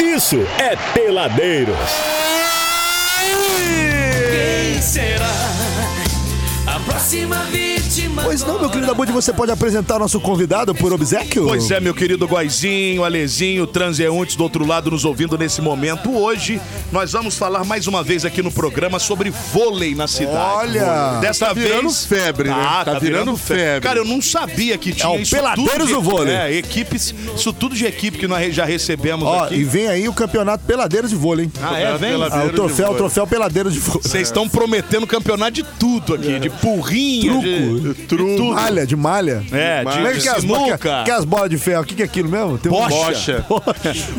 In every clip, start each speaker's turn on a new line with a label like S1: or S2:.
S1: isso é Peladeiros.
S2: Quem será a próxima vítima?
S3: Pois não, meu querido Abud, você pode apresentar nosso convidado por obsequio?
S4: Pois é, meu querido Guaizinho, Alezinho, transeuntes do outro lado nos ouvindo nesse momento. Hoje nós vamos falar mais uma vez aqui no programa sobre vôlei na cidade.
S3: Olha,
S4: dessa
S5: tá virando
S4: vez
S5: febre, né?
S4: Ah,
S5: Tá virando febre.
S4: Cara, eu não sabia que tinha
S3: É o
S4: isso
S3: Peladeiros
S4: tudo de-
S3: do vôlei.
S4: É, equipes, isso tudo de equipe que nós já recebemos
S3: Ó,
S4: aqui.
S3: e vem aí o campeonato peladeiro de vôlei, hein?
S4: Ah, é, vem.
S5: Pela-
S3: Ah, o
S5: Peladeiro de
S3: troféu, o
S5: vôlei.
S3: troféu peladeiro de vôlei.
S4: Vocês estão prometendo campeonato de tudo
S3: É.
S4: aqui, de porrinha, de, de tudo.
S3: Malha, de malha.
S4: É, de,
S3: Como é
S4: de
S3: que é as, bo- que,
S4: sinuca.
S3: que é as bolas de ferro? O que, que é aquilo mesmo? Tem um-
S4: Bocha.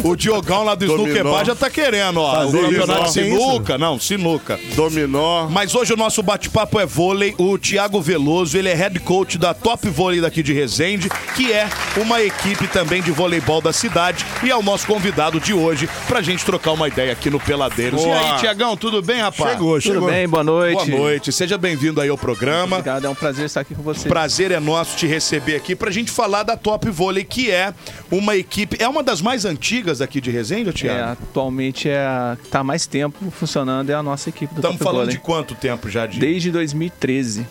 S4: O Diogão lá do Snooker
S5: Dominó.
S4: Bar já tá querendo, ó.
S3: Fazer
S4: o campeonato
S3: isso,
S4: de
S3: ó. Tem
S4: sinuca. Não, sinuca.
S5: Dominó.
S4: Mas hoje o nosso bate-papo é vôlei. O Thiago Veloso, ele é head coach da Top Vôlei daqui de Resende, que é uma equipe também de voleibol da cidade. E é o nosso convidado de hoje pra gente trocar uma ideia aqui no Peladeiros. E
S5: Boa.
S4: aí, Tiagão, tudo bem, rapaz?
S3: Chegou,
S6: Tudo
S3: chegou.
S6: bem? Boa noite.
S4: Boa noite. Seja bem-vindo aí ao programa.
S6: Obrigado, é um prazer estar aqui com vocês.
S4: Prazer é nosso te receber aqui pra gente falar da Top Vôlei, que é uma equipe, é uma das mais antigas aqui de Resende, ô
S6: É,
S4: Thiago?
S6: atualmente é a que tá há mais tempo funcionando é a nossa equipe do
S4: Estamos
S6: Top
S4: falando
S6: Vôlei.
S4: de quanto tempo já? De
S6: desde 2013,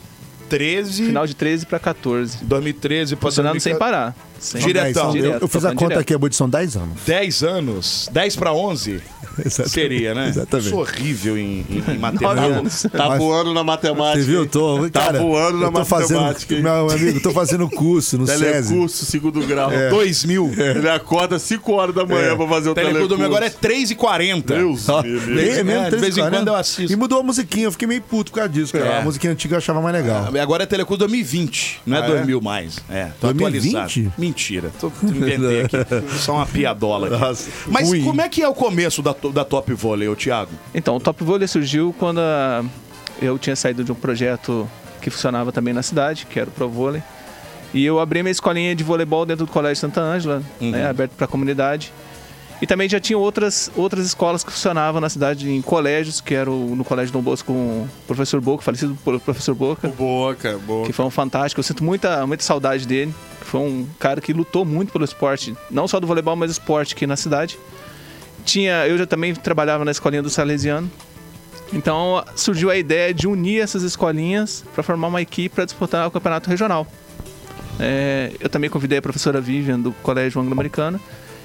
S4: 13,
S6: final de 13 para 14,
S4: 2013,
S6: funcionando
S4: passando
S6: sem parar. Sem
S3: São dez,
S4: Diretão.
S3: são- Eu, eu fiz a
S6: Direto, tá
S3: conta
S6: direto.
S3: aqui, Abud, são 10 anos.
S4: 10 anos, 10 pra 11
S3: Exatamente.
S4: seria, né?
S3: Exatamente.
S4: Sou horrível em, em, em
S6: Nove
S4: matemática.
S6: anos.
S5: Tá
S3: Mas-
S5: voando na matemática.
S3: Você viu? Eu Tô,
S5: Tá
S3: cara,
S5: voando na
S3: eu tô fazendo,
S5: matemática, hein?
S3: Meu amigo, tô fazendo curso no SESI.
S5: Telecurso, segundo grau.
S4: 2 mil.
S5: Ele acorda 5 horas da manhã pra fazer o
S4: Telecurso
S5: telecurso.
S4: do meu agora é 3 e 40.
S5: Deus
S3: Ó,
S5: me livre.
S3: é mesmo,
S4: É, de
S3: três
S4: vez em
S3: horas,
S4: quando
S3: né?
S4: eu assisto.
S3: E mudou a musiquinha, eu fiquei meio puto por causa disso, cara.
S4: É.
S3: A musiquinha antiga eu achava mais legal.
S4: Agora é Telecurso 2020, não é
S5: Ah, é?
S4: 2000 mais. É, tô
S3: 2020?
S4: atualizado. Mentira, tô, tô inventei aqui. Só uma piadola aqui. Mas
S3: ruim.
S4: como é que é o começo da, to- da Top Volley, ô Thiago?
S6: Então, o Top Vôlei surgiu quando a- eu tinha saído de um projeto que funcionava também na cidade, que era o Pro Vôlei. E eu abri minha escolinha de voleibol dentro do Colégio Santa Ângela, né, aberto para a comunidade. E também já tinha outras, outras escolas que funcionavam na cidade, em colégios, que era o- no Colégio Dom Bosco com o professor Boca, falecido por- professor Boca,
S5: Boa, cara, boa.
S6: que foi um fantástico. Eu sinto muita, muita saudade dele, que foi um cara que lutou muito pelo esporte, não só do voleibol, mas esporte aqui na cidade tinha eu já também trabalhava na escolinha do Salesiano. Então surgiu a ideia de unir essas escolinhas para formar uma equipe para disputar o campeonato regional. É, eu também convidei a professora Vivian do Colégio Anglo-Americano.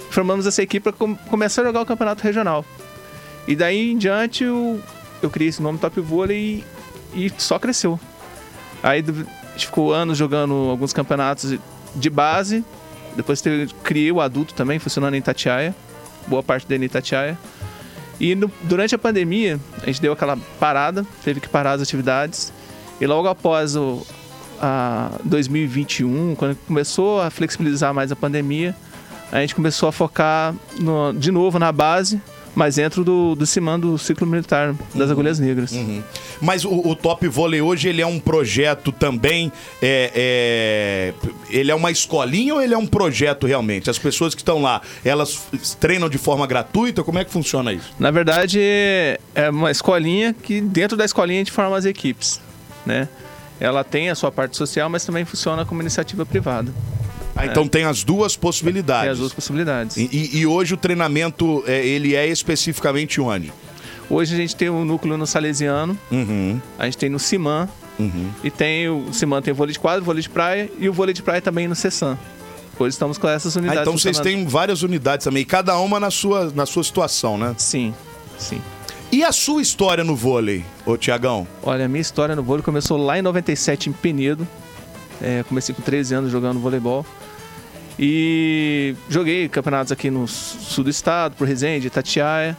S6: Formamos essa equipe para começar a jogar o campeonato regional. E daí em diante eu, eu criei esse nome Top Vôlei e, e só cresceu. Aí do- a gente ficou anos jogando alguns campeonatos de- de base. Depois teve- criei o adulto também, funcionando em Itatiaia. Boa parte dele em Itatiaia. E no- durante a pandemia, a gente deu aquela parada, teve que parar as atividades. E logo após o a 2021, quando começou a flexibilizar mais a pandemia, a gente começou a focar no- de novo na base, mas dentro do, do CIMAN do ciclo militar das agulhas negras.
S4: Mas o, o Top Volley hoje, ele é um projeto também, é, é- ele é uma escolinha ou ele é um projeto realmente? As pessoas que estão lá, elas f- treinam de forma gratuita? Como é que funciona isso?
S6: Na verdade, é uma escolinha que dentro da escolinha a gente forma as equipes, né? Ela tem a sua parte social, mas também funciona como iniciativa privada.
S4: Ah, então tem as duas
S6: é. Tem
S4: possibilidades.
S6: as duas possibilidades.
S4: Ah, E, e- e hoje o treinamento, é, ele é especificamente Ah, onde?
S6: Hoje a gente tem um núcleo no Salesiano,
S4: Uhum.
S6: a gente tem no Ciman, e tem o, o Ciman tem o vôlei de quadro, vôlei de praia e o vôlei de praia também no Cessan. Hoje estamos com essas
S4: Ah,
S6: unidades.
S4: então vocês
S6: funcionando.
S4: têm várias unidades também, e cada uma na sua, na sua situação, né?
S6: Sim, sim.
S4: E a sua história no vôlei, ô Tiagão?
S6: Olha, a minha história no vôlei começou lá em 97 em Penedo. É, comecei com 13 anos jogando voleibol. E joguei campeonatos aqui no sul do estado, por Resende, Itatiaia.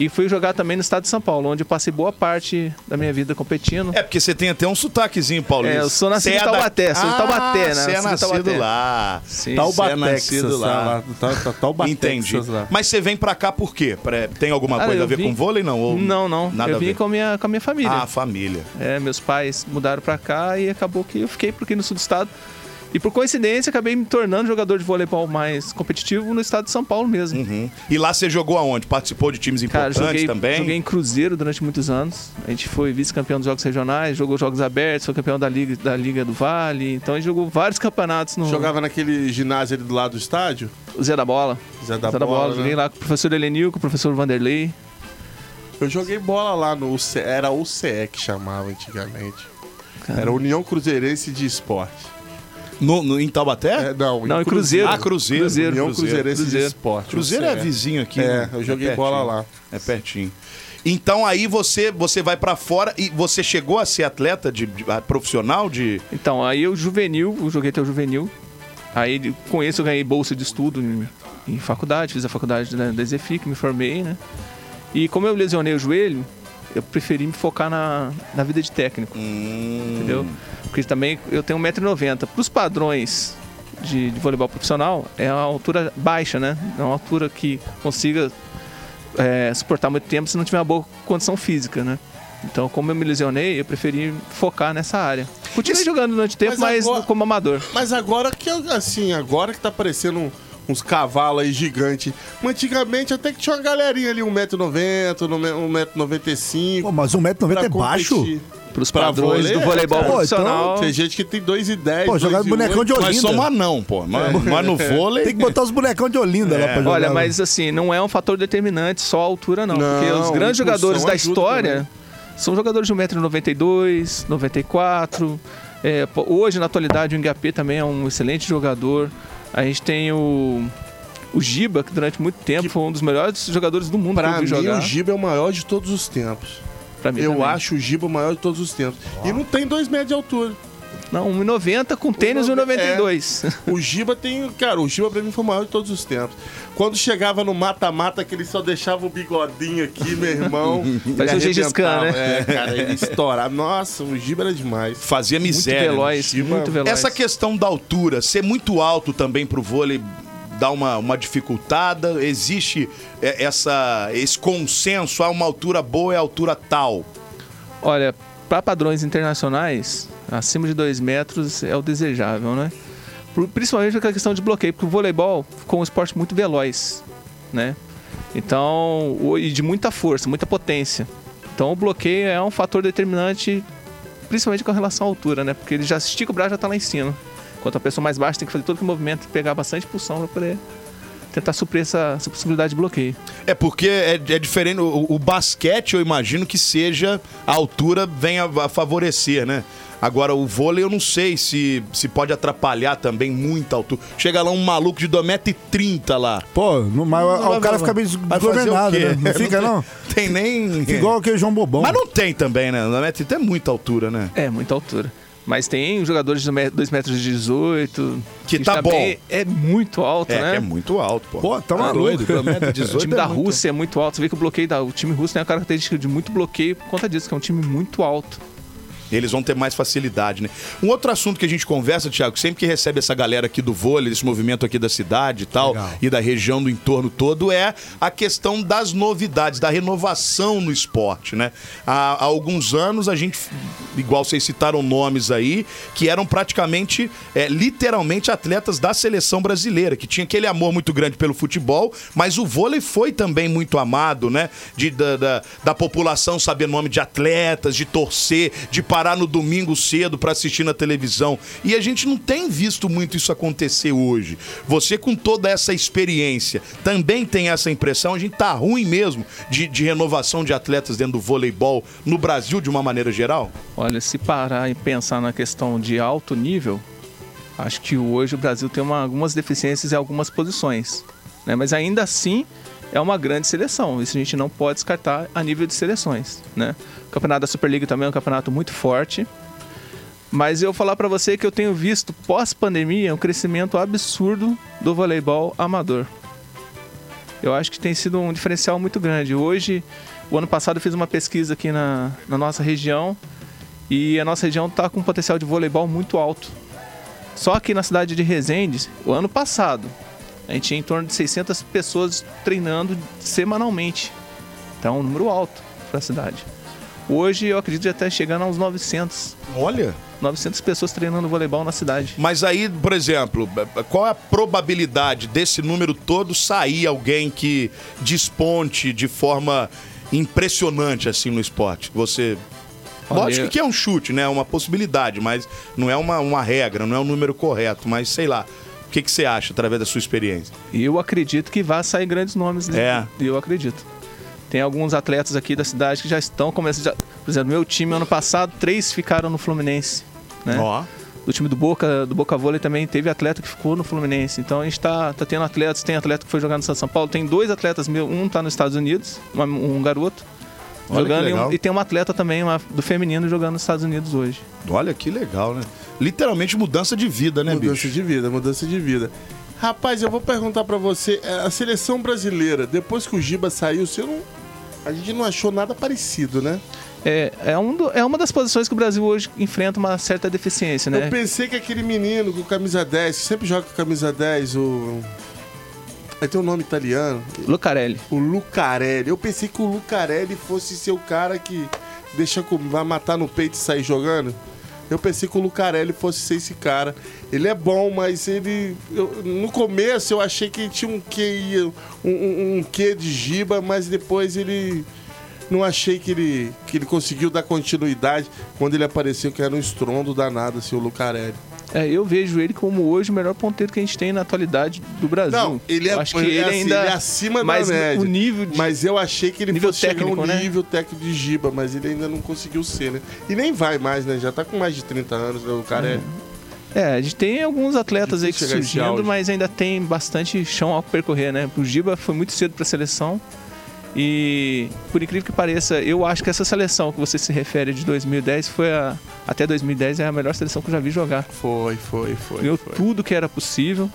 S6: E fui jogar também no estado de São Paulo, onde eu passei boa parte da minha vida competindo.
S4: É porque você tem até um sotaquezinho paulista.
S6: É, eu sou nascido em Taubaté, sou de Taubaté, né?
S4: Você é
S6: Nascido em
S4: nascido
S6: Taubaté.
S4: lá.
S6: Sim.
S3: Tá
S4: Você é
S5: Texas,
S4: nascido lá.
S5: lá. Tá, tá, tá o Batex,
S4: Entendi.
S5: lá.
S4: Mas você vem pra cá por quê? Pra- Tem alguma
S6: Ah,
S4: coisa
S6: eu
S4: a ver
S6: vim-
S4: com vôlei, não? Ou
S6: Não, não.
S4: Nada
S6: eu
S4: a
S6: vim
S4: ver.
S6: com a minha, com a minha família.
S4: Ah, família.
S6: É, meus pais mudaram pra cá e acabou que eu fiquei por aqui no sul do estado. E por coincidência, acabei me tornando jogador de voleibol mais competitivo no estado de São Paulo mesmo.
S4: Uhum. E lá você jogou aonde? Participou de times
S6: Cara,
S4: importantes
S6: joguei,
S4: também?
S6: joguei em Cruzeiro durante muitos anos. A gente foi vice-campeão dos Jogos Regionais, jogou Jogos Abertos, foi campeão da Liga, da Liga do Vale. Então a gente jogou vários campeonatos no
S5: Jogava naquele ginásio ali do lado do estádio?
S6: Zé da Bola.
S5: Zé da Bola, né?
S6: Joguei lá com o professor Helenil, com o professor Vanderlei.
S5: Eu joguei bola lá no UCE, era UCE que chamava antigamente. Era União Cruzeirense de Esporte.
S4: No, no- em Taubaté?
S5: É, não,
S6: Não,
S5: em
S6: em Cruzeiro.
S4: Ah, Cruzeiro.
S6: Cruzeiro.
S5: União
S4: Cruzeiro.
S5: Cruzeirense
S6: Cruzeiro.
S5: de Esporte.
S4: Cruzeiro é
S5: UCE.
S4: vizinho aqui.
S5: É,
S4: né?
S5: eu joguei
S4: pertinho.
S5: bola lá.
S4: É pertinho. Então aí você você vai pra fora e você chegou a ser atleta de, de- a profissional de
S6: Então, aí eu juvenil, eu joguei até o juvenil. Aí de- com isso eu ganhei bolsa de estudo em, em faculdade, fiz a faculdade da, da Zefic, me formei, né? E como eu lesionei o joelho, eu preferi me focar na, na vida de técnico.
S5: Hum.
S6: Entendeu? Porque também eu tenho 1,90m. Para os padrões de, de voleibol profissional, é uma altura baixa, né? É uma altura que consiga é, suportar muito tempo se não tiver uma boa condição física, né? Então, como eu me lesionei, eu preferi focar nessa área. Continuei jogando durante o tempo,
S5: mas
S6: mas,
S5: agora-
S6: como amador.
S5: Mas agora que eu- assim, agora que tá aparecendo um- uns cavalos aí gigantes. Antigamente até que tinha uma galerinha ali, 1,90m, 1,95m.
S3: Pô, mas 1,90m é baixo?
S6: Para os
S5: Pra
S6: padrões
S5: vôlei, então.
S6: do voleibol
S3: é, cara.
S6: profissional.
S5: Tem gente que tem 2,10.
S3: Pô, jogar
S5: dois e oito.
S3: bonecão de
S4: Nós somos
S3: Olinda.
S4: anão, pô. Mas, mas no vôlei.
S3: Tem que botar os bonecão de Olinda
S4: É.
S3: lá pra jogar.
S6: Olha,
S3: né?
S6: mas assim, não é um fator determinante só a altura, não.
S5: Não,
S6: porque os grandes
S5: impulsão
S6: jogadores da
S5: ajuda
S6: história
S5: é também.
S6: são jogadores de 1,92m, 94 é, pô, Hoje, na atualidade, o Ngapé também é um excelente jogador. A gente tem o. O Giba, que durante muito tempo foi um dos melhores jogadores do mundo que eu
S5: Pra
S6: vi
S5: mim,
S6: jogar.
S5: o Giba é o maior de todos os tempos.
S6: Pra mim
S5: Eu
S6: também.
S5: acho o Giba o maior de todos os tempos. E não tem 2 metros de altura.
S6: Não, 1,90 com tênis e
S5: é.
S6: 1,92.
S5: O Giba tem. Cara, o Giba pra mim foi o maior de todos os tempos. Quando chegava no mata-mata, que ele só deixava o bigodinho aqui, meu irmão.
S6: Parece
S5: ele
S6: o Gengis Khan,
S5: arrebentava.
S6: né?
S5: É, cara, ele estourava. Nossa, o Giba era demais.
S4: Fazia
S6: Muito
S4: miséria. né?
S6: veloz,
S5: Giba- é
S6: muito veloz.
S4: Essa questão da altura, ser muito alto também pro vôlei dá uma, uma dificultada? Existe é, essa, esse consenso, ah, uma altura boa é a altura tal.
S6: Olha, para padrões internacionais, acima de 2 metros é o desejável, né? Por- Principalmente com a questão de bloqueio, porque o voleibol ficou um esporte muito veloz, né? Então, o- e de muita força, muita potência. Então, o bloqueio é um fator determinante, principalmente com relação à altura, né? Porque ele já estica o braço e já tá lá em cima. Enquanto a pessoa mais baixa tem que fazer todo o movimento, pegar bastante impulsão para poder tentar suprir essa, essa possibilidade de bloqueio.
S4: É porque é, é diferente. O, o basquete, eu imagino que seja a altura venha a favorecer, né? Agora, o vôlei, eu não sei se, se pode atrapalhar também muita altura. Chega lá um maluco de 2,30m lá.
S3: Pô, no, mas Ah, o cara fica meio
S4: Vai fazer o
S3: desgovernado,
S4: quê?
S3: né? Não fica, não?
S4: Tem nem.
S3: Igual aquele João Bobão.
S4: Mas não tem também, né? 2,30m é muita altura, né?
S6: É, muita altura. Mas tem jogadores de 2,18 metros e 18,
S4: Que tá
S6: também
S4: bom.
S6: É muito alto,
S4: É,
S6: né?
S4: que é muito alto, pô.
S3: Pô, tá maluco.
S4: doido, 2,18m
S6: O time da
S4: é muito-
S6: Rússia é muito alto. Você vê que o bloqueio da, o time russo tem a característica de muito bloqueio por conta disso, que é um time muito alto.
S4: Eles vão ter mais facilidade, né? Um outro assunto que a gente conversa, Thiago, sempre que recebe essa galera aqui do vôlei, desse movimento aqui da cidade e tal, e da região do entorno todo, é a questão das novidades, da renovação no esporte, né? Há, há alguns anos a gente, igual vocês citaram nomes aí, que eram praticamente, é, literalmente, atletas da seleção brasileira, que tinha aquele amor muito grande pelo futebol, mas o vôlei foi também muito amado, né? De, da, da, da população saber nome de atletas, de torcer, de parar no domingo cedo para assistir na televisão. E a gente não tem visto muito isso acontecer hoje. Você, com toda essa experiência, também tem essa impressão? A gente tá ruim mesmo de, de renovação de atletas dentro do voleibol no Brasil de uma maneira geral?
S6: Olha, se parar e pensar na questão de alto nível, acho que hoje o Brasil tem uma- algumas deficiências em algumas posições. né? Mas ainda assim é uma grande seleção. Isso a gente não pode descartar a nível de seleções. né? O campeonato da Superliga também é um campeonato muito forte. Mas eu falar pra você que eu tenho visto pós-pandemia um crescimento absurdo do voleibol amador. Eu acho que tem sido um diferencial muito grande. Hoje, o ano passado eu fiz uma pesquisa aqui na, na nossa região e a nossa região está com um potencial de voleibol muito alto. Só que na cidade de Resende, o ano passado, a gente tinha em torno de 600 pessoas treinando semanalmente. Então, é um número alto para a cidade. Hoje eu acredito que já está chegando aos 900.
S4: Olha.
S6: 900 pessoas treinando voleibol na cidade.
S4: Mas aí, por exemplo, qual é a probabilidade desse número todo sair alguém que desponte de forma impressionante assim no esporte? Você.
S6: Olha,
S4: Lógico que é um chute, né? É uma possibilidade, mas não é uma, uma regra, não é um número correto. Mas sei lá. O que, que você acha através da sua experiência?
S6: E eu acredito que vai sair grandes nomes. né?
S4: É.
S6: Eu acredito. Tem alguns atletas aqui da cidade que já estão começando. já- Por exemplo, meu time ano passado, três ficaram no Fluminense. Né?
S4: Ó.
S6: Do time do Boca, do Boca Vôlei também teve atleta que ficou no Fluminense. Então a gente tá, tá tendo atletas, tem atleta que foi jogar no Estado de São Paulo, tem dois atletas meu, um tá nos Estados Unidos, uma- um garoto.
S4: Olha que
S6: jogando e, um-
S4: legal.
S6: e tem uma atleta também uma, do feminino jogando nos Estados Unidos hoje.
S4: Olha que legal, né? Literalmente mudança de vida, né,
S5: mudança
S4: bicho?
S5: de vida, mudança de vida. Rapaz, eu vou perguntar pra você, eh, a seleção brasileira, depois que o Giba saiu, você não, a gente não achou nada parecido, né?
S6: É, é, um do- é uma das posições que o Brasil hoje enfrenta uma certa deficiência, né?
S5: Eu pensei que aquele menino com camisa 10, que sempre joga com camisa 10, o Aí tem um nome italiano,
S6: Lucarelli.
S5: o Lucarelli. Eu pensei que o Lucarelli fosse ser o cara que deixa com- vai matar no peito e sair jogando. Eu pensei que o Lucarelli fosse ser esse cara. Ele é bom, mas ele. eu- no começo eu achei que ele tinha um quê, um, um, um quê de giba, mas depois ele. Não achei que ele, que ele conseguiu dar continuidade quando ele apareceu, que era um estrondo danado, assim, o Lucarelli.
S6: É, eu vejo ele como hoje o melhor ponteiro que a gente tem na atualidade do Brasil.
S5: Não, ele é,
S6: Eu acho que
S5: ele
S6: ele
S5: é assim,
S6: ainda
S5: ele é acima
S6: mas
S5: da média.
S6: o nível de
S5: Mas eu achei que ele
S6: nível
S5: fosse chegar a
S6: técnico,
S5: um
S6: né?
S5: nível técnico de giba, mas ele ainda não conseguiu ser, né? E nem vai mais, né? Já tá com mais de 30 anos, né? O cara é...
S6: É, a gente tem alguns atletas aí que
S5: Difícil chegar a esse
S6: surgindo,
S5: auge.
S6: mas ainda tem bastante chão a percorrer, né? O Giba foi muito cedo para a seleção. E, por incrível que pareça, eu acho que essa seleção que você se refere de 2010 foi a. Até 2010 é a melhor seleção que eu já vi jogar.
S5: Foi, foi, foi.
S6: Ganhou
S5: foi.
S6: tudo que era possível,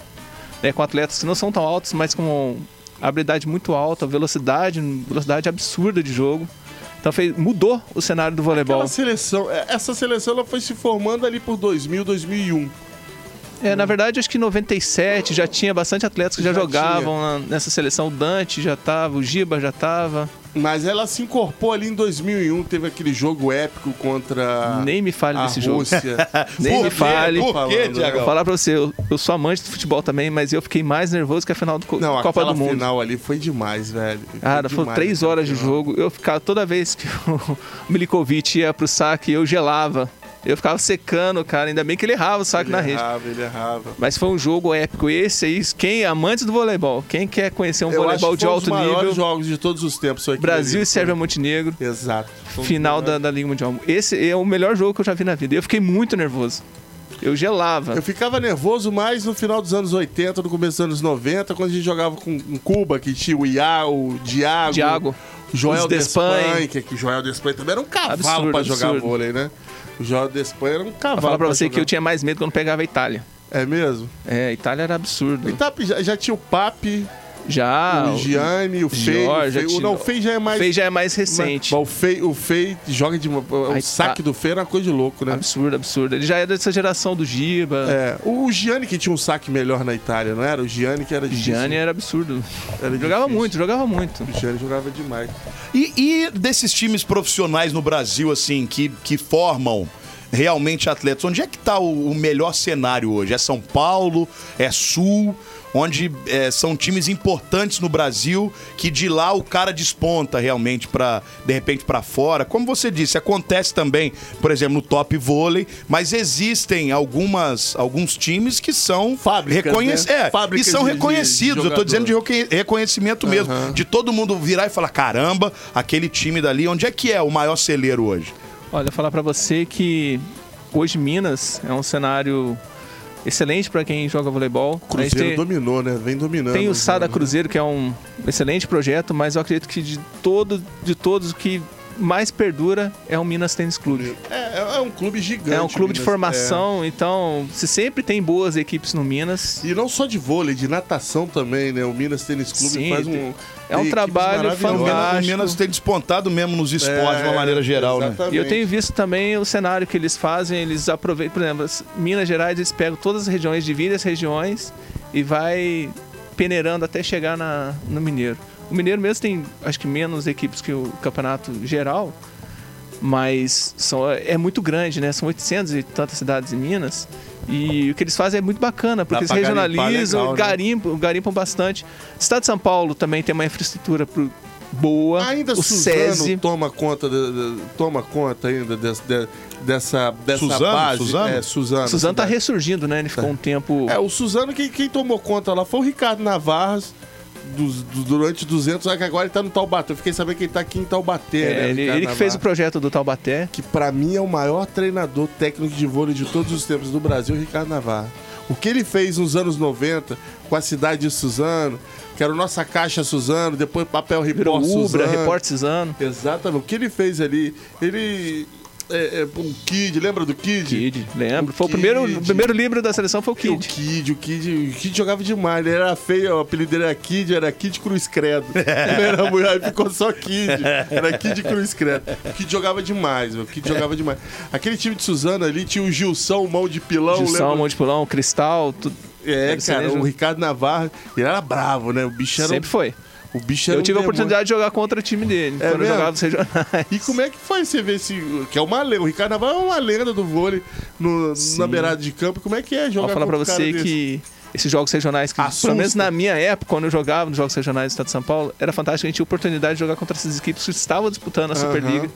S6: né, com atletas que não são tão altos, mas com habilidade muito alta, velocidade, velocidade absurda de jogo. Então fez, mudou o cenário do voleibol.
S5: Aquela seleção, é, essa seleção ela foi se formando ali por 2000, 2001.
S6: É, na verdade, acho que em 97 já tinha bastante atletas que já,
S5: Já
S6: jogavam na- nessa seleção. O Dante já tava, o Giba já tava.
S5: Mas ela se incorporou ali em 2001, teve aquele jogo épico contra
S6: Nem me fale
S5: a
S6: desse jogo.
S5: Ah. Rússia.
S6: Nem
S4: Por
S6: me
S4: quê?
S6: fale.
S4: Por quê,
S5: falando, né?
S6: Vou
S4: Tiagão?
S6: falar pra você, eu, eu sou amante do futebol também, mas eu fiquei mais nervoso que a final do Co-
S5: Não,
S6: Copa
S5: aquela
S6: do Mundo.
S5: final ali foi demais, velho. Foi
S6: Cara, foram
S5: demais né?
S6: três
S5: aquela
S6: horas de
S5: final.
S6: jogo. Eu ficava toda vez que o Milikovic ia pro saque, eu gelava. Eu ficava secando, cara. Ainda bem que ele errava o saque na
S5: Ele
S6: rede.
S5: errava, ele errava.
S6: Mas foi um jogo épico. Esse aí, quem é amante do voleibol, quem quer conhecer um voleibol de alto
S5: um dos maiores
S6: nível,
S5: jogos de todos os tempos. foi aquele
S6: Brasil
S5: ali.
S6: e Sérvia Montenegro,
S5: Exato. Foi um
S6: final
S5: dos
S6: da,
S5: melhores.
S6: da Liga Mundial. Esse é o melhor jogo que eu já vi na vida. Eu fiquei muito nervoso. Eu gelava.
S5: Eu ficava nervoso mais no final dos anos 80, no começo dos anos 90, quando a gente jogava com, com Cuba, que tinha o Iá, o Diago.
S6: Diago,
S5: Joel
S6: os Despain.
S5: Despain, que, que o Joel Despain também era um cavalo
S6: Absurdo,
S5: pra jogar
S6: absurdo.
S5: vôlei, né? O Joel Despain era um cavalo.
S6: Vou falar pra você
S5: jogar.
S6: que eu tinha mais medo quando pegava a Itália.
S5: É mesmo?
S6: É, a Itália era absurdo.
S5: E tá, já, já tinha o Papi,
S6: Já.
S5: o Gianni, o Fei. o
S6: Ah, Jorge,
S5: Fei- o-
S6: tinha-
S5: Não, o Fei já é mais.
S6: Fei já é mais
S5: Mas,
S6: recente.
S5: mas o, Fei, o Fei joga de. uma- O
S6: Aí tá.
S5: saque do Fei era uma coisa de louco, né?
S6: Absurdo, absurdo. Ele já era dessa geração do Giba.
S5: É, o Gianni que tinha um saque melhor na Itália, não era? O Gianni que era
S6: O
S5: difícil.
S6: Gianni é- era absurdo.
S5: Era
S6: jogava
S5: difícil.
S6: muito, jogava muito.
S5: O Gianni jogava demais.
S4: E, e desses times profissionais no Brasil, assim, que, que formam realmente atletas, onde é que está o, o melhor cenário hoje? É São Paulo? É Sul? Onde é, são times importantes no Brasil que de lá o cara desponta realmente para de repente para fora. Como você disse, acontece também, por exemplo, no top vôlei, mas existem algumas alguns times que são
S5: Fábricas,
S4: reconhec-
S5: né?
S4: é,
S5: Fábricas
S4: que são
S5: de- de
S4: reconhecidos. Eu tô dizendo
S5: jogador.
S4: de reconhe- reconhecimento mesmo. De todo mundo virar e falar: caramba, aquele time dali, onde é que é o maior celeiro hoje?
S6: Olha, falar pra você que hoje Minas é um cenário excelente pra quem joga voleibol. A gente
S5: Cruzeiro
S6: tem-
S5: dominou, né? Vem dominando.
S6: Tem o Sada
S5: Né?
S6: Cruzeiro, que é um excelente projeto, mas eu acredito que de, todo, de todos o que mais perdura é o Minas Tênis Clube.
S5: É, é um clube gigante.
S6: É um clube de
S5: Minas.
S6: formação, então se sempre tem boas equipes no Minas.
S5: É. E não só de vôlei, de natação também, né? O Minas Tênis Clube
S6: Sim,
S5: faz um.
S6: tem- é
S5: tem
S6: um
S5: equipes
S6: trabalho
S5: maravilhosas.
S4: O Minas- O
S6: fantástico.
S4: Minas tem despontado mesmo nos esportes de uma
S5: É,
S4: maneira geral, né?
S5: exatamente.
S6: E eu tenho visto também o cenário que eles fazem, eles aproveitam, por exemplo, as Minas Gerais, eles pegam todas as regiões, dividem as regiões e vai peneirando até chegar na, no Mineiro. O Mineiro mesmo tem, acho que menos equipes que o campeonato geral, Mas são, é muito grande, né? São 800 e tantas cidades em Minas. E o que eles fazem é muito bacana, porque eles
S5: pra garimpar
S6: regionalizam,
S5: legal, né?
S6: garimpam, garimpam bastante. O estado de São Paulo também tem uma infraestrutura pro- boa.
S5: Ainda
S6: o
S5: Suzano
S6: SESI.
S5: toma conta de- de- toma conta ainda des- de- dessa dessa
S4: Suzano?
S5: base.
S4: Suzano?
S5: É, Suzano.
S6: Suzano tá
S5: Suzano.
S6: ressurgindo, né? Ele ficou um tempo.
S5: É, o Suzano quem, quem tomou conta lá foi o Ricardo Navarras. dos- du- durante 200 anos, que agora ele tá no Taubaté. Eu fiquei sabendo que ele tá aqui em Taubaté,
S6: É,
S5: né?
S6: ele
S5: Ricardo
S6: ele que fez o
S5: Navarro.
S6: projeto do Taubaté.
S5: Que pra mim é o maior treinador técnico de vôlei de todos os tempos do Brasil, Ricardo Navarro. O que ele fez nos anos 90 com a cidade de Suzano, que era o Nossa Caixa Suzano, depois Papel
S6: Virou
S5: Repórter
S6: Ubra,
S5: Suzano.
S6: Repórter Suzano.
S5: Exatamente. O que ele fez ali, ele. É, é, um Kid, lembra do Kid?
S6: Kid, lembro.
S5: O
S6: Foi
S5: Kid.
S6: o primeiro, o primeiro livro da seleção foi o
S5: O
S6: Kid.
S5: Kid, o Kid, o Kid jogava demais, ele era feio, o apelido dele era Kid, era Kid Cruz Credo. Não era mulher, ficou só Kid. Era Kid Cruz Credo. O Kid jogava demais, meu, o Kid jogava demais. Aquele time de Suzano ali tinha o Gilson, mão de pilão,
S6: Gilson,
S5: lembra?
S6: Monte Pulão, Cristal, tudo.
S5: É,
S6: Era isso
S5: cara,
S6: mesmo.
S5: o Ricardo Navarro, ele era bravo, né? O bicho era. um-
S6: Sempre foi.
S5: O bicho era
S6: Eu
S5: um
S6: tive a
S5: demônio.
S6: oportunidade de jogar contra o time dele.
S5: É
S6: quando eu
S5: mesmo?
S6: jogava nos regionais.
S5: E como é que foi você ver esse. Que é uma lenda. O Ricardo Navarro é uma lenda do vôlei no, na beirada de campo. Como é que é
S6: Vou
S5: jogar
S6: falar pra
S5: contra um cara
S6: você
S5: desse?
S6: que esses jogos regionais, que,
S5: Assusta.
S6: pelo menos na minha época, quando eu jogava nos jogos regionais do Estado de São Paulo, era fantástico. A gente tinha oportunidade de jogar contra essas equipes que estavam disputando a Superliga.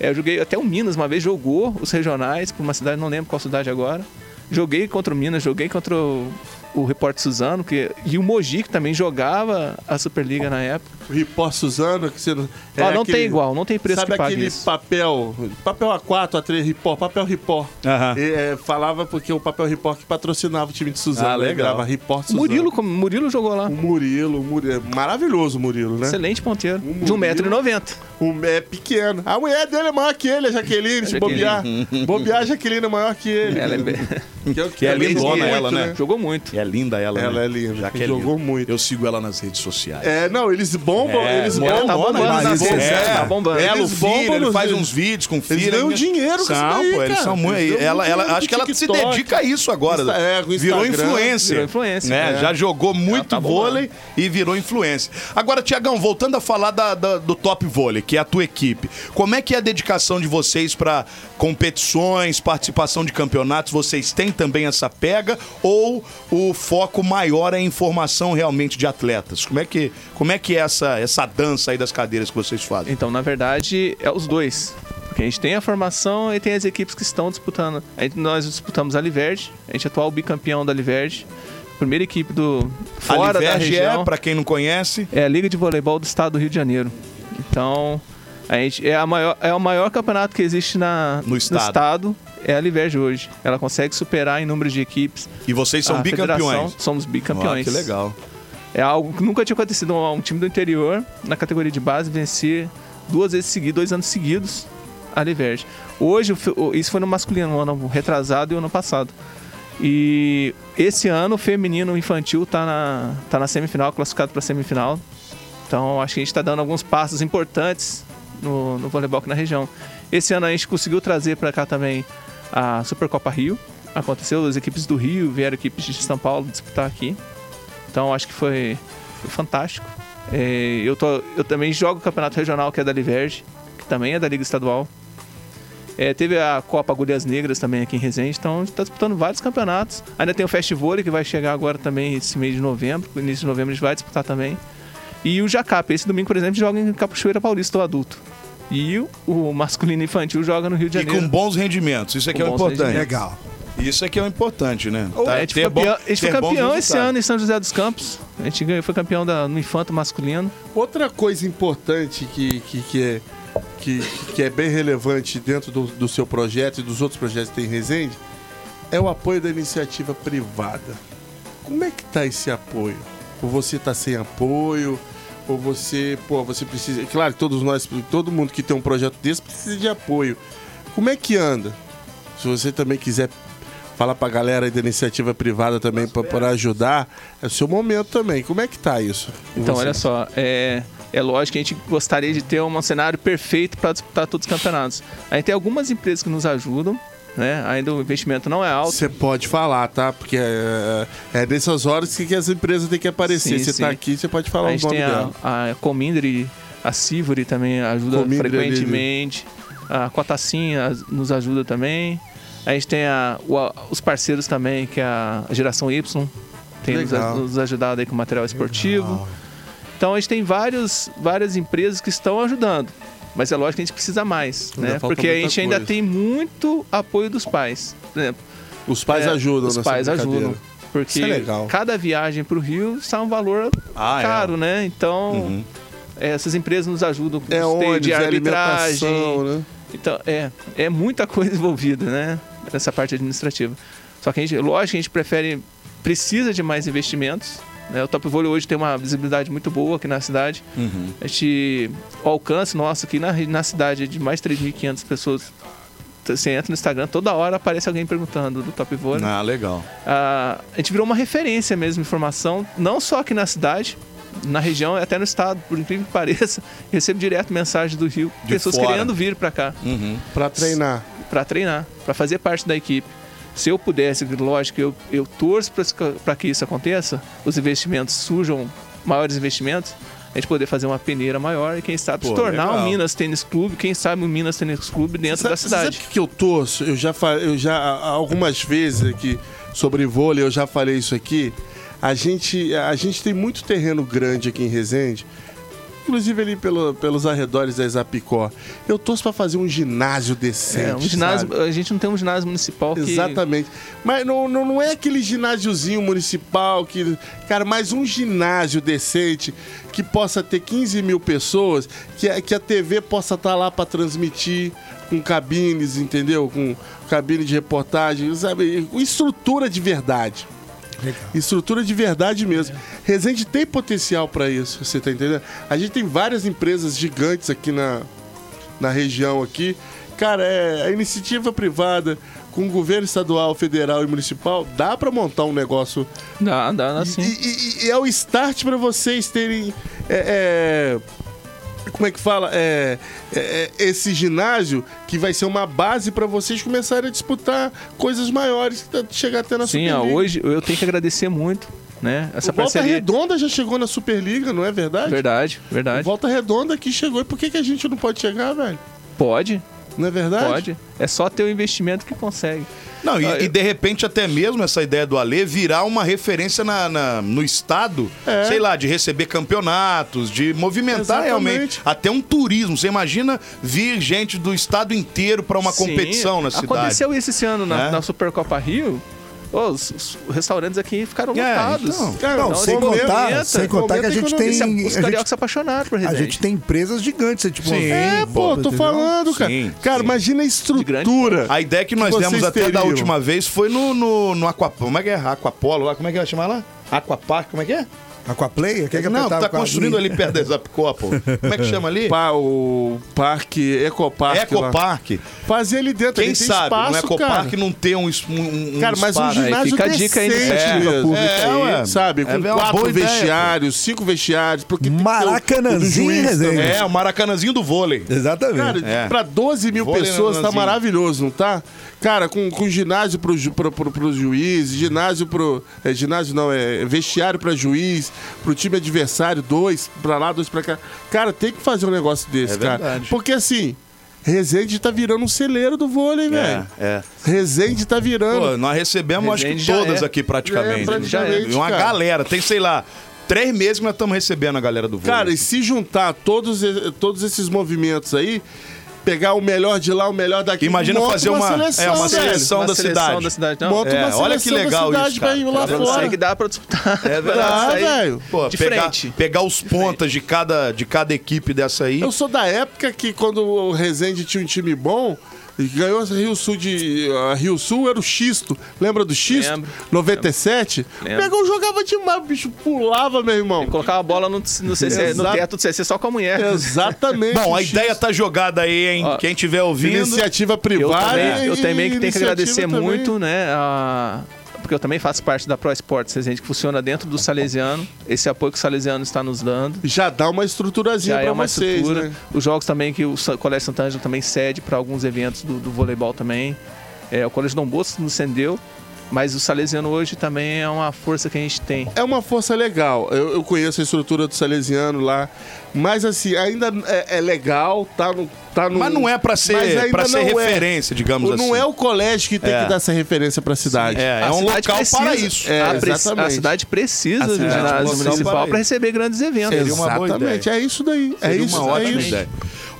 S6: É, eu joguei até o Minas uma vez, jogou os regionais por uma cidade, não lembro qual cidade agora. Joguei contra o Minas, joguei contra o, o Repórter Suzano, que, e o Mogi, que também jogava a Superliga na época.
S5: O Ripó Suzano, que você não.
S6: Ah,
S5: era
S6: não
S5: É aquele-
S6: tem igual, não tem preço
S5: Sabe
S6: que pague
S5: aquele
S6: isso.
S5: papel, papel A4, A3, Ripó, papel Ripó.
S4: Aham.
S5: É, é, falava porque o papel Ripó que patrocinava o time de Suzano.
S4: Ah,
S5: né?
S4: legal.
S5: Grava Ripó
S6: O
S5: Suzano.
S6: Murilo, como- Murilo jogou lá.
S5: O Murilo, o Murilo. é Maravilhoso o Murilo, né?
S6: Excelente ponteiro.
S5: O
S6: de
S5: Murilo-
S6: 1,90m.
S5: O é pequeno. A mulher dele é maior que ele, a Jaqueline, se
S6: Jaqueline.
S5: bobear. Bobear, a Jaqueline é maior que ele.
S6: Ela é bem-
S5: Que é, o
S4: Que é
S5: também
S4: lindona
S5: muito,
S4: ela, né?
S6: Jogou muito.
S4: É linda ela,
S5: Ela
S4: né?
S5: é linda.
S4: Jaqueline.
S5: Jogou muito.
S4: Eu sigo ela nas redes sociais.
S5: É, não, eles bombam,
S4: É,
S5: eles
S4: mulher
S5: bombam.
S6: tá bombando
S5: eles
S6: nas
S5: bombam.
S6: redes,
S5: É.
S6: tá bombando.
S4: Ela, o
S5: Eles bombam
S4: filho, ele
S5: nos
S4: faz
S5: vídeos.
S4: uns vídeos com o filho.
S5: Eles ganham dinheiro com isso
S4: São,
S5: daí,
S4: pô, eles
S5: cara.
S4: são muito.
S5: Eles ganham
S4: ela, ela,
S5: dinheiro
S4: acho
S5: com
S4: que ela se
S5: TikTok.
S4: dedica a isso agora.
S5: Insta- é, com
S4: virou
S5: Instagram,
S4: influencer.
S6: virou influencer.
S4: É,
S6: É.
S4: Já jogou muito
S6: tá bombando.
S4: vôlei e virou influencer. Agora, Tiagão, voltando a falar da- da- do top vôlei, que é a tua equipe. Como é que é a dedicação de vocês para competições, participação de campeonatos? Vocês têm também essa pega? Ou o foco maior é em formação realmente de atletas? Como é que, como é, que é essa, essa dança aí das cadeiras que vocês fazem?
S6: Então, na verdade, é os dois. Porque a gente tem a formação e tem as equipes que estão disputando. A gente- nós disputamos a Liverde, a gente é atual bicampeão da Liverde, primeira equipe do fora
S4: a
S6: da
S4: Liverge
S6: região.
S4: é,
S6: É,
S4: pra quem não conhece,
S6: a Liga de Voleibol do Estado do Rio de Janeiro. Então, a gente é a maior é o maior campeonato que existe na
S4: No estado.
S6: é a Liverge hoje. Ela consegue superar em número de equipes.
S4: e vocês são
S6: A federação,
S4: bicampeões.
S6: Somos
S4: Ah,
S6: bicampeões.
S4: que legal.
S6: É algo que nunca tinha acontecido. Um um time do interior, na categoria de base, vencer duas vezes seguidas, dois anos seguidos, a Liverde. Hoje, o fe- o- isso foi no masculino, no ano retrasado e o ano passado. E esse ano, o feminino infantil tá na, tá na semifinal, classificado para semifinal. Então, acho que a gente está dando alguns passos importantes no, no voleibol aqui na região. Esse ano a gente conseguiu trazer para cá também a Supercopa Rio. Aconteceu, as equipes do Rio vieram equipes de São Paulo disputar aqui. Então acho que foi, foi fantástico. É, eu, tô, eu também jogo o campeonato regional que é da Liverge, que também é da Liga Estadual. É, teve a Copa Agulhas Negras também aqui em Resende, então a gente está disputando vários campeonatos. Ainda tem o Festivôlei que vai chegar agora também esse mês de novembro, no início de novembro a gente vai disputar também. E o Jacap, esse domingo, por exemplo, joga em Capuchoeira Paulista, o adulto. E o, o masculino infantil joga no Rio de
S4: E
S6: Janeiro.
S4: com bons rendimentos. Isso aqui
S6: Com
S4: é o
S6: bons
S4: importante.
S6: rendimentos.
S3: Legal.
S4: Isso aqui é o importante, né?
S6: Ou- é,
S4: Tá-
S6: a gente
S4: ter
S6: foi
S4: bom-
S6: campeão, a gente foi
S4: ter bons
S6: campeão esse
S4: resultados.
S6: ano em São José dos Campos. A gente ganhou, foi campeão da- no infanto masculino.
S5: Outra coisa importante que, que, que é, que, que é bem relevante dentro do, do seu projeto e dos outros projetos que tem em Resende é o apoio da iniciativa privada. Como é que tá esse apoio? Ou você tá sem apoio? Ou você, pô, você precisa. é Claro, que todos nós, todo mundo que tem um projeto desse precisa de apoio. Como é que anda? Se você também quiser falar pra galera aí da iniciativa privada também pra- pra ajudar, é o seu momento também. Como é que tá isso? com
S6: Então,
S5: você?
S6: olha só, é, é lógico que a gente gostaria de ter um cenário perfeito para disputar todos os campeonatos. A gente tem algumas empresas que nos ajudam, né? Ainda o investimento não é alto.
S5: Você pode falar, tá? Porque é, é nessas horas que, que as empresas têm que aparecer.
S6: Sim,
S5: Você tá
S6: sim.
S5: aqui, você pode falar
S6: A
S5: o
S6: gente
S5: nome
S6: tem a,
S5: dela.
S6: a Comindre, a Sivori também ajuda
S5: Comindre ali,
S6: frequentemente. A Cotacinha nos ajuda também. A gente tem a- o- a- os parceiros também, que é a geração Y, tem nos,
S5: Legal.
S6: nos ajudado aí com material esportivo. Então a gente tem vários, várias empresas que estão ajudando. Mas é lógico que a gente precisa mais,
S5: Ainda
S6: né?
S5: falta
S6: Porque a
S5: muita
S6: gente ainda
S5: coisa.
S6: tem muito apoio dos pais. Por exemplo,
S5: Os pais
S6: é,
S5: ajudam
S6: Os
S5: nessa
S6: pais
S5: brincadeira.
S6: ajudam. Porque
S5: Isso é legal.
S6: cada viagem para o Rio está um valor
S4: Ah, é.
S6: caro, né? Então, é, essas empresas nos ajudam com
S5: Uhum. É
S6: custeio
S5: ônibus,
S6: de
S5: é
S6: arbitragem.
S5: alimentação, né?
S6: Então, é, é muita coisa envolvida, né? Nessa parte administrativa. Só que a gente, lógico, que a gente prefere, precisa de mais investimentos. né? O Top Vôlei hoje tem uma visibilidade muito boa aqui na cidade.
S5: Uhum.
S6: A gente, o alcance nosso aqui na, re- na cidade é de mais 3.500 pessoas. Você entra no Instagram, toda hora aparece alguém perguntando do Top Vôlei.
S4: Ah, legal.
S6: Ah, a gente virou uma referência mesmo, informação, não só aqui na cidade, na região, até no estado, por incrível que pareça. Recebo direto mensagem do Rio,
S4: De
S6: pessoas
S4: fora.
S6: querendo vir para cá,
S5: Pra treinar.
S6: para treinar, para fazer parte da equipe. Se eu pudesse, lógico, eu, eu torço para que isso aconteça, os investimentos surjam, maiores investimentos, a gente poder fazer uma peneira maior e quem sabe
S4: Pô,
S6: se tornar
S4: legal.
S6: um Minas Tênis Clube, quem sabe um Minas Tênis Clube dentro da
S5: Sabe-
S6: cidade.
S5: Sabe o que que eu torço? Eu já, fa- eu já a- a- algumas vezes aqui sobre vôlei, eu já falei isso aqui. A gente, a gente tem muito terreno grande aqui em Resende, inclusive ali pelo- pelos arredores da Exapicó. Eu torço pra fazer um ginásio decente.
S6: É, um ginásio,
S5: sabe?
S6: a gente não tem um ginásio municipal que
S5: Exatamente. Mas não, não, não é aquele ginásiozinho municipal que. Cara, mas um ginásio decente que possa ter 15 mil pessoas, que, a- que a TV possa estar lá para transmitir com cabines, entendeu? Com cabine de reportagem, sabe? Com estrutura de verdade. Estrutura de verdade mesmo. Resende tem potencial para isso, você tá entendendo? A gente tem várias empresas gigantes aqui na, na região aqui. Cara, é, a iniciativa privada com o governo estadual, federal e municipal dá para montar um negócio.
S6: dá, dá, dá
S5: E,
S6: sim.
S5: e- e é o start para vocês terem. é, é, como é que fala? É, é, é, esse ginásio que vai ser uma base para vocês começarem a disputar coisas maiores, tá- chegar até na
S6: Sim, ó,
S5: Superliga.
S6: hoje eu tenho que agradecer muito, né? Essa
S5: O é Volta
S6: parceria.
S5: Redonda já chegou na Superliga, não é verdade?
S6: Verdade,
S5: O
S6: verdade.
S5: Volta Redonda aqui chegou. E por que, que a gente não pode chegar, velho?
S6: Pode,
S5: Não é verdade?
S6: pode. É só ter o investimento que consegue.
S4: Não, e,
S6: Ah, eu-
S4: e de repente até mesmo essa ideia do Alê virar uma referência na, na- no estado,
S5: É.
S4: sei lá, de receber campeonatos, de movimentar
S5: Exatamente.
S4: realmente até um turismo. Você imagina vir gente do estado inteiro para uma
S6: Sim,
S4: competição na cidade.
S6: Aconteceu isso esse ano na,
S4: Né?
S6: na Supercopa Rio. Ô, os, os restaurantes aqui ficaram
S4: É,
S6: lotados.
S4: então.
S5: Cara,
S3: Não,
S5: não,
S3: sem
S5: fomos mesmo.
S3: contar,
S6: aumenta,
S3: sem contar que a
S5: aumenta
S3: gente tem.
S5: economia.
S6: Esse- é,
S3: A
S6: os cariocas
S3: gente,
S6: se apaixonaram por
S3: a
S6: Resende.
S3: gente tem empresas gigantes, é tipo.
S4: Sim.
S5: É, pô, tô
S3: entendeu?
S5: falando, cara.
S4: Sim,
S5: cara,
S4: sim.
S5: imagina a estrutura.
S4: A ideia que nós
S5: Vocês
S4: demos até da
S5: teriam.
S4: última vez foi no, no, no Aqua- Como é que é? Aquapolo lá, como é que vai chamar lá? Aquapark, como é que é?
S3: Aquaplay? Quer que
S4: Não,
S3: apertava
S4: tá
S3: com a-
S4: construindo ali perto da Zapcó, pô. Como é que chama ali?
S5: Pa- o parque, ecoparque. lá.
S4: Ecopark.
S5: Fazer ali dentro.
S4: É Quem
S5: ali tem
S4: sabe um
S5: espaço,
S4: no Ecopark
S5: cara.
S4: não ter um, es- um, um
S5: Cara, mas um
S4: espaço.
S6: Aí
S5: ginásio
S6: fica a
S5: decente
S6: dica aí, iniciativa
S5: mesmo,
S4: pública aí.
S5: ué. sabe?
S4: É
S5: Com
S4: uma boa
S5: quatro
S4: ideia,
S5: vestiários, cinco vestiários. Porque tem que ter o-
S3: Maracanãzinho
S5: o do
S3: em
S5: juiz
S3: Resende.
S5: também.
S4: É, o Maracanãzinho do vôlei.
S3: Exatamente.
S5: Cara,
S4: É.
S5: pra 12 mil
S4: Vôlei
S5: pessoas tá
S4: Nananzinho.
S5: maravilhoso, não tá? Cara, com, com ginásio pro, ju- pro, pro, pro juiz, ginásio pro. É, ginásio não, é vestiário pra juiz, pro time adversário, dois pra lá, dois pra cá. Cara, tem que fazer um negócio desse,
S4: É
S5: cara.
S4: verdade.
S5: Porque assim. Resende tá virando um celeiro do vôlei, velho.
S4: é.
S5: Resende tá virando.
S4: Pô, nós recebemos
S6: Resende
S4: acho que
S6: já
S4: todas
S6: é.
S4: aqui praticamente.
S5: É, praticamente,
S4: E Uma
S5: cara.
S4: galera. Tem, sei lá, três meses que nós estamos recebendo a galera do vôlei.
S5: Cara, e se juntar todos, e- todos esses movimentos aí, pegar o melhor de lá, o melhor daqui.
S4: Imagina
S5: monta
S4: fazer uma- é,
S5: velho.
S4: uma seleção. da cidade.
S6: da cidade. Não,
S5: Monta
S4: É,
S5: uma seleção
S4: olha que legal
S5: da cidade
S4: isso,
S5: pra
S4: cara.
S5: ir lá
S6: eu
S5: fora.
S6: sei que dá pra disputar.
S4: É verdade.
S5: Dá,
S6: Sair
S5: velho.
S4: Pô,
S6: de
S4: pegar,
S6: frente.
S4: pegar os pontas de cada, de cada equipe dessa aí.
S5: Eu sou da época que quando o Resende tinha um time bom, ganhou a Rio Sul de. A Rio Sul era o Xisto. Lembra do Xisto?
S6: Lembro.
S5: 97?
S6: Lembro.
S5: Pegou, jogava demais, o bicho pulava, meu irmão.
S6: Colocar a bola no, no, CC, no
S5: Exato.
S6: teto do CC só com a mulher.
S5: Exatamente.
S4: Bom, a
S5: o Xisto.
S4: ideia tá jogada aí, hein?
S6: Ó,
S4: Quem tiver ouvindo.
S5: Iniciativa
S6: Eu
S5: privada.
S6: também, eu
S5: e-
S6: também que tenho que
S5: iniciativa
S6: agradecer
S5: também.
S6: muito, né? a- porque eu também faço parte da Pro Esportes, gente que funciona dentro do Salesiano. Esse apoio que o Salesiano está nos dando.
S5: Já dá uma estruturazinha
S6: Já
S5: pra
S6: é uma
S5: vocês,
S6: estrutura.
S5: né?
S6: Os jogos também que o Sa- Colégio Sant'Angelo também cede para alguns eventos do, do voleibol também. É, o Colégio Dom Bosco nos cedeu. Mas o Salesiano hoje também é uma força que a gente tem.
S5: É uma força legal. Eu, eu conheço a estrutura do Salesiano lá. Mas assim, ainda é, é legal, tá no. Tá no
S4: Mas não é pra
S5: Mas
S4: ser,
S5: ainda
S4: pra ser
S5: não é.
S4: referência, digamos assim.
S5: Não é o colégio que tem
S4: É.
S5: que dar essa referência pra cidade.
S4: É,
S6: A
S4: é um local
S6: cidade precisa-
S4: para isso.
S5: É,
S6: a, pre-
S5: exatamente.
S6: a cidade precisa
S4: A
S6: de
S4: cidade é um
S6: ginásio
S4: local para
S6: municipal
S4: isso.
S6: para receber grandes eventos.
S4: Seria uma boa
S5: Exatamente, é isso daí. é
S4: Seria
S5: isso,
S4: uma ótima
S5: é isso.
S4: ideia.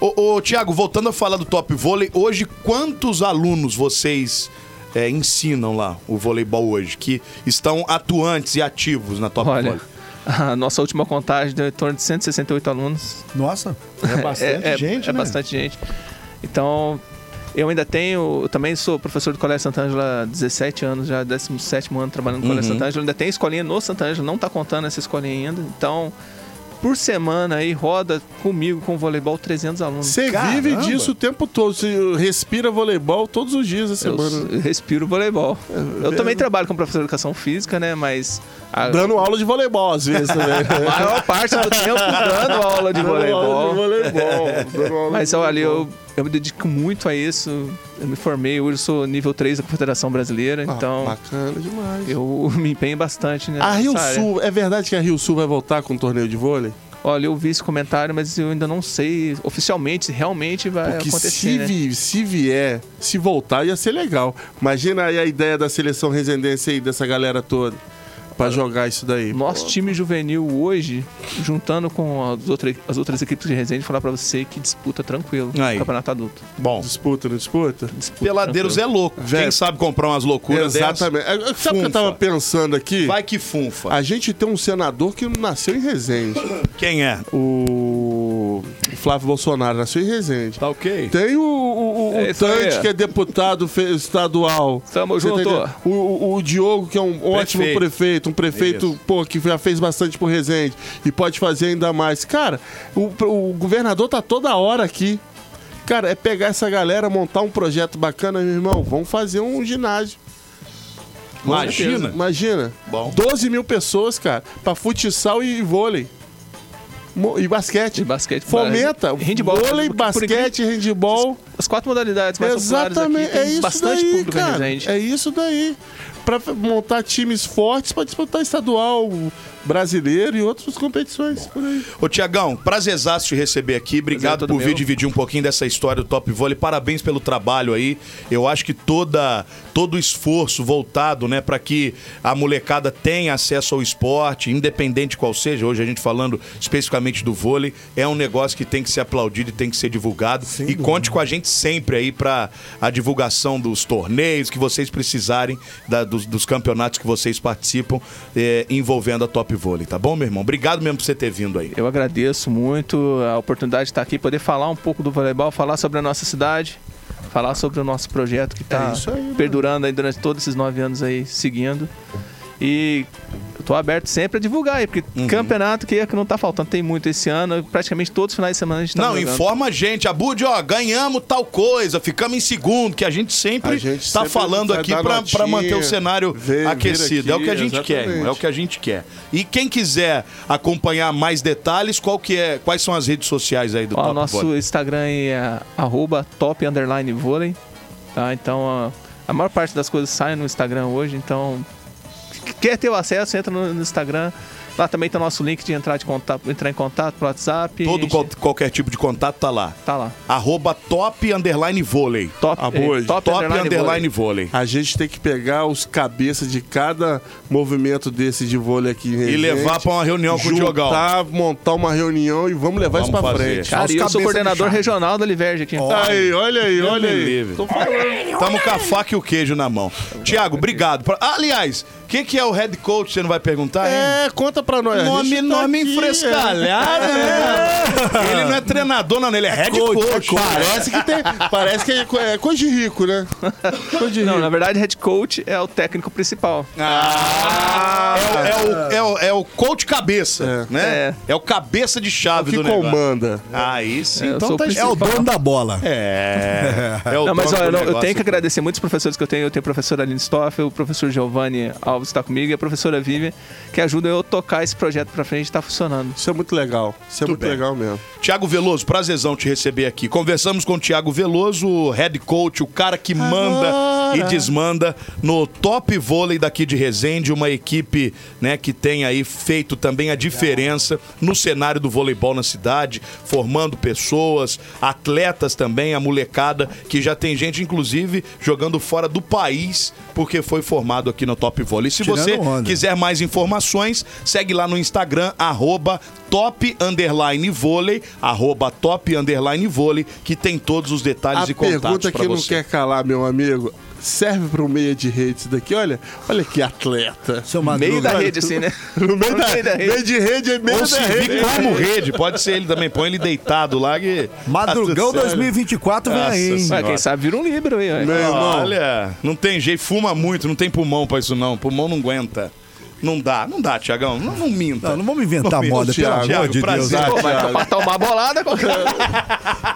S4: Ô, ô, Tiago, voltando a falar do top vôlei, hoje quantos alunos vocês é, ensinam lá o voleibol hoje, que estão atuantes e ativos na top
S6: Olha,
S4: vôlei?
S6: a nossa última contagem deu em torno de 168 alunos.
S3: Nossa, é bastante
S6: é, é-
S3: gente,
S6: é
S3: né?
S6: bastante gente. Então, eu ainda tenho, eu também sou professor do Colégio Sant'Ângela há 17 anos, já 17 ano trabalhando no Colégio Sant'Ângela, ainda tem escolinha no Sant'Ângela, não tá contando essa escolinha ainda. Então, por semana aí roda comigo com o voleibol 300 alunos.
S5: Você vive disso o tempo todo. Você respira voleibol todos os dias da
S6: Eu
S5: semana.
S6: s- respiro voleibol. Eu também trabalho como professor de educação física, né? Mas a
S5: Dando aula de voleibol às vezes né? também.
S6: maior parte do tempo dando aula de voleibol.
S5: Dando aula de voleibol. Dando aula
S6: Mas
S5: de
S6: olha,
S5: voleibol.
S6: eu, eu me dedico muito a isso. Eu me formei, hoje eu sou nível 3 da Confederação Brasileira,
S5: Ah,
S6: então
S5: Bacana demais.
S6: eu me empenho bastante, né?
S5: A
S6: nessa
S5: Rio
S6: área.
S5: Sul, é verdade que a Rio Sul vai voltar com o torneio de vôlei?
S6: Olha, eu vi esse comentário, mas eu ainda não sei oficialmente se realmente vai
S5: Porque
S6: acontecer.
S5: se,
S6: né?
S5: vi- se vier, se voltar, ia ser legal. Imagina aí a ideia da seleção residência aí, dessa galera toda, pra jogar isso daí.
S6: Nosso time juvenil hoje, juntando com as outras, as outras equipes de Resende, falar pra você que disputa tranquilo
S4: Aí.
S6: o campeonato adulto.
S4: Bom,
S5: Disputa, não disputa?
S6: Disputa
S4: peladeiros
S6: tranquilo.
S4: é louco. Quem
S5: Velho.
S4: sabe comprar umas loucuras dessas,
S5: Exatamente. É, Sabe o que eu tava
S4: Funfa.
S5: pensando aqui?
S4: vai que funfa.
S5: A gente tem um senador que não nasceu em Resende.
S4: Quem é?
S5: O Flávio Bolsonaro nasceu em Resende.
S4: Tá ok.
S5: Tem o, o, o- o
S6: É isso
S5: Tante,
S6: aí.
S5: que é deputado fe- estadual.
S6: Tamo
S5: Você
S6: junto.
S5: entendeu? O, o- o Diogo, que é um ótimo
S4: Prefeito.
S5: prefeito, um prefeito
S4: Isso.
S5: pô, que já fez bastante pro Resende e pode fazer ainda mais. Cara, o, o governador tá toda hora aqui. Cara, é pegar essa galera, montar um projeto bacana, meu irmão. Vamos fazer um ginásio.
S4: Imagina.
S5: Imagina.
S4: Bom.
S5: 12 mil pessoas, cara, pra futsal e vôlei. Mo- E basquete.
S6: E basquete. é,
S5: Fomenta.
S6: Handball.
S5: Vôlei,
S6: Por incrível-
S5: basquete, handball.
S6: As quatro modalidades mais populares
S5: Exatamente.
S6: aqui, tem
S5: é isso
S6: bastante
S5: daí,
S6: público em
S5: cara.
S6: Resende.
S5: É isso daí. Pra f- montar times fortes pra disputar estadual brasileiro e outras competições por aí.
S4: Ô, Tiagão, prazerzaço te receber aqui.
S6: Prazer é
S4: Obrigado
S6: todo
S4: por vir
S6: meu.
S4: dividir um pouquinho dessa história do Top Vôlei. Parabéns pelo trabalho aí. Eu acho que toda, todo o esforço voltado, né, para que a molecada tenha acesso ao esporte, independente qual seja, hoje a gente falando especificamente do vôlei, é um negócio que tem que ser aplaudido e tem que ser divulgado. e conte com a gente sempre aí para a divulgação dos torneios que vocês precisarem, da- dos, dos campeonatos que vocês participam, eh, envolvendo a Top Vôlei, tá bom, meu irmão? Obrigado mesmo por você ter vindo aí.
S6: Eu agradeço muito a oportunidade de estar aqui, poder falar um pouco do voleibol, falar sobre a nossa cidade, falar sobre o nosso projeto que está
S5: isso aí, né?
S6: perdurando aí durante todos esses nove anos aí seguindo. E eu tô aberto sempre a divulgar aí, porque
S5: Uhum.
S6: campeonato que é que não tá faltando, tem muito esse ano, praticamente todos os finais de semana a gente tá
S4: Não,
S6: jogando.
S4: informa a gente, Abud, ó, ganhamos tal coisa, ficamos em segundo, que a gente sempre
S5: A gente
S4: tá
S5: sempre
S4: falando
S5: vai
S4: aqui
S5: dar
S4: pra,
S5: notinha,
S4: pra manter o cenário
S5: vê- vira
S4: aquecido. é o que a
S5: aqui,
S4: gente quer, irmão, é o
S5: exatamente.
S4: que a gente quer. E quem quiser acompanhar mais detalhes, qual que é, quais são as redes sociais aí do
S6: Ó,
S4: Top
S6: o nosso
S4: Bola?
S6: Instagram aí é arroba top underline vôlei, tá? Então a, a maior parte das coisas sai no Instagram hoje, então qu- quer ter o acesso, entra no, no Instagram. Lá também tem o nosso link de entrar, de contato, entrar em contato pelo WhatsApp.
S4: Todo
S6: Enche-
S4: qual- qualquer tipo de contato tá lá.
S6: Tá lá.
S4: Arroba top underline vôlei.
S6: Top,
S5: Ah, boa.
S6: eh,
S4: Top, underline, vôlei.
S5: A gente tem que pegar os cabeças de cada movimento desse de vôlei aqui em
S4: E
S5: Resende,
S4: levar pra uma reunião com o Diogão.
S5: juntar, montar uma reunião e vamos levar
S4: Vamos
S5: isso pra
S4: fazer.
S5: frente.
S4: Só
S6: Cara,
S4: os
S6: e eu
S4: cabeça
S6: sou
S4: de
S6: coordenador
S4: chave.
S6: regional da Liverge aqui.
S5: Aí, olha aí, olha
S4: me
S5: aí.
S4: livre. Tamo com a faca e o queijo na mão. Tiago, obrigado. Pra- Ah, Aliás, o que, que é o head coach? Você não vai perguntar? hein?
S5: É, conta pra nós. A
S4: Nome,
S5: gente tá
S4: nome
S5: aqui, é.
S4: enfrescalhado, né? Ele não é treinador, não, ele é head coach.
S5: Parece que tem. Parece que é co- é coisa de rico, né? Coisa de rico.
S6: Não, na verdade, head coach é o técnico principal.
S4: Ah, é, o- é o, é, o, é o coach cabeça,
S5: É.
S4: né?
S6: É.
S4: É. o cabeça de chave
S5: que
S4: do negócio.
S5: comanda.
S4: Aí
S5: Então
S4: sim.
S5: tá
S6: eu sou o
S3: É
S6: principal.
S3: o dono da bola.
S4: É. é o
S6: Não, mas
S4: dono
S6: olha,
S4: do
S6: eu não- eu
S4: negócio
S6: tenho que
S4: aqui.
S6: agradecer muitos professores que eu tenho. Eu tenho a professora Aline Stoffel, o professor Giovanni Alves está comigo e a professora Vivian, que ajudam eu a tocar esse projeto para frente está funcionando.
S5: Isso é muito legal. Isso é muito
S4: bem.
S5: legal mesmo.
S4: Tiago Veloso, prazerzão te receber aqui. Conversamos com o Tiago Veloso, o head coach, o cara que manda e desmanda no Top Vôlei daqui de Resende, uma equipe né, que tem aí feito também a diferença no cenário do voleibol na cidade, formando pessoas, atletas também, a molecada, que já tem gente, inclusive, jogando fora do país, porque foi formado aqui no Top Vôlei. Se
S3: Tirando
S4: você
S3: onda.
S4: quiser mais informações, segue lá no Instagram, arroba top underline vôlei, arroba top underline vôlei, que tem todos os detalhes
S5: A
S4: e contatos
S5: pergunta
S4: pra
S5: que não
S4: você.
S5: quer calar, meu amigo, serve pro meia de rede isso daqui? Olha, olha que atleta.
S3: Seu
S6: Meio
S3: Madruga.
S6: da rede, assim, né?
S5: No meio, da,
S6: meio da rede.
S5: meio de rede é meio
S4: Ou
S5: da
S4: se
S5: rede.
S4: vir como rede, pode ser ele também. Põe ele deitado lá que.
S3: Madrugão
S4: Tá tudo certo.
S3: 2024 vem aí, hein?
S4: Nossa
S6: Ué, quem
S4: Senhora.
S6: sabe vira um livro aí, ué.
S5: Meu irmão,
S4: Olha, não tem jeito, fuma muito, não tem pulmão pra isso não. Pulmão não aguenta. Não dá, não dá, Tiagão. Não, não minta.
S3: Não, não vamos inventar moda, pelo
S4: Thiago,
S3: amor de Deus. né?
S4: prazer.
S6: Pô, vai pra tomar bolada qualquer.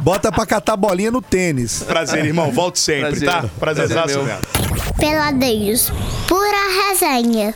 S3: Bota pra catar bolinha no tênis.
S4: Prazer, irmão. Volte sempre,
S6: Prazer.
S5: é
S4: tá? Prazer,
S6: Prazer
S4: Prazer
S6: meu.
S4: mesmo.
S7: Peladeiros, pura resenha.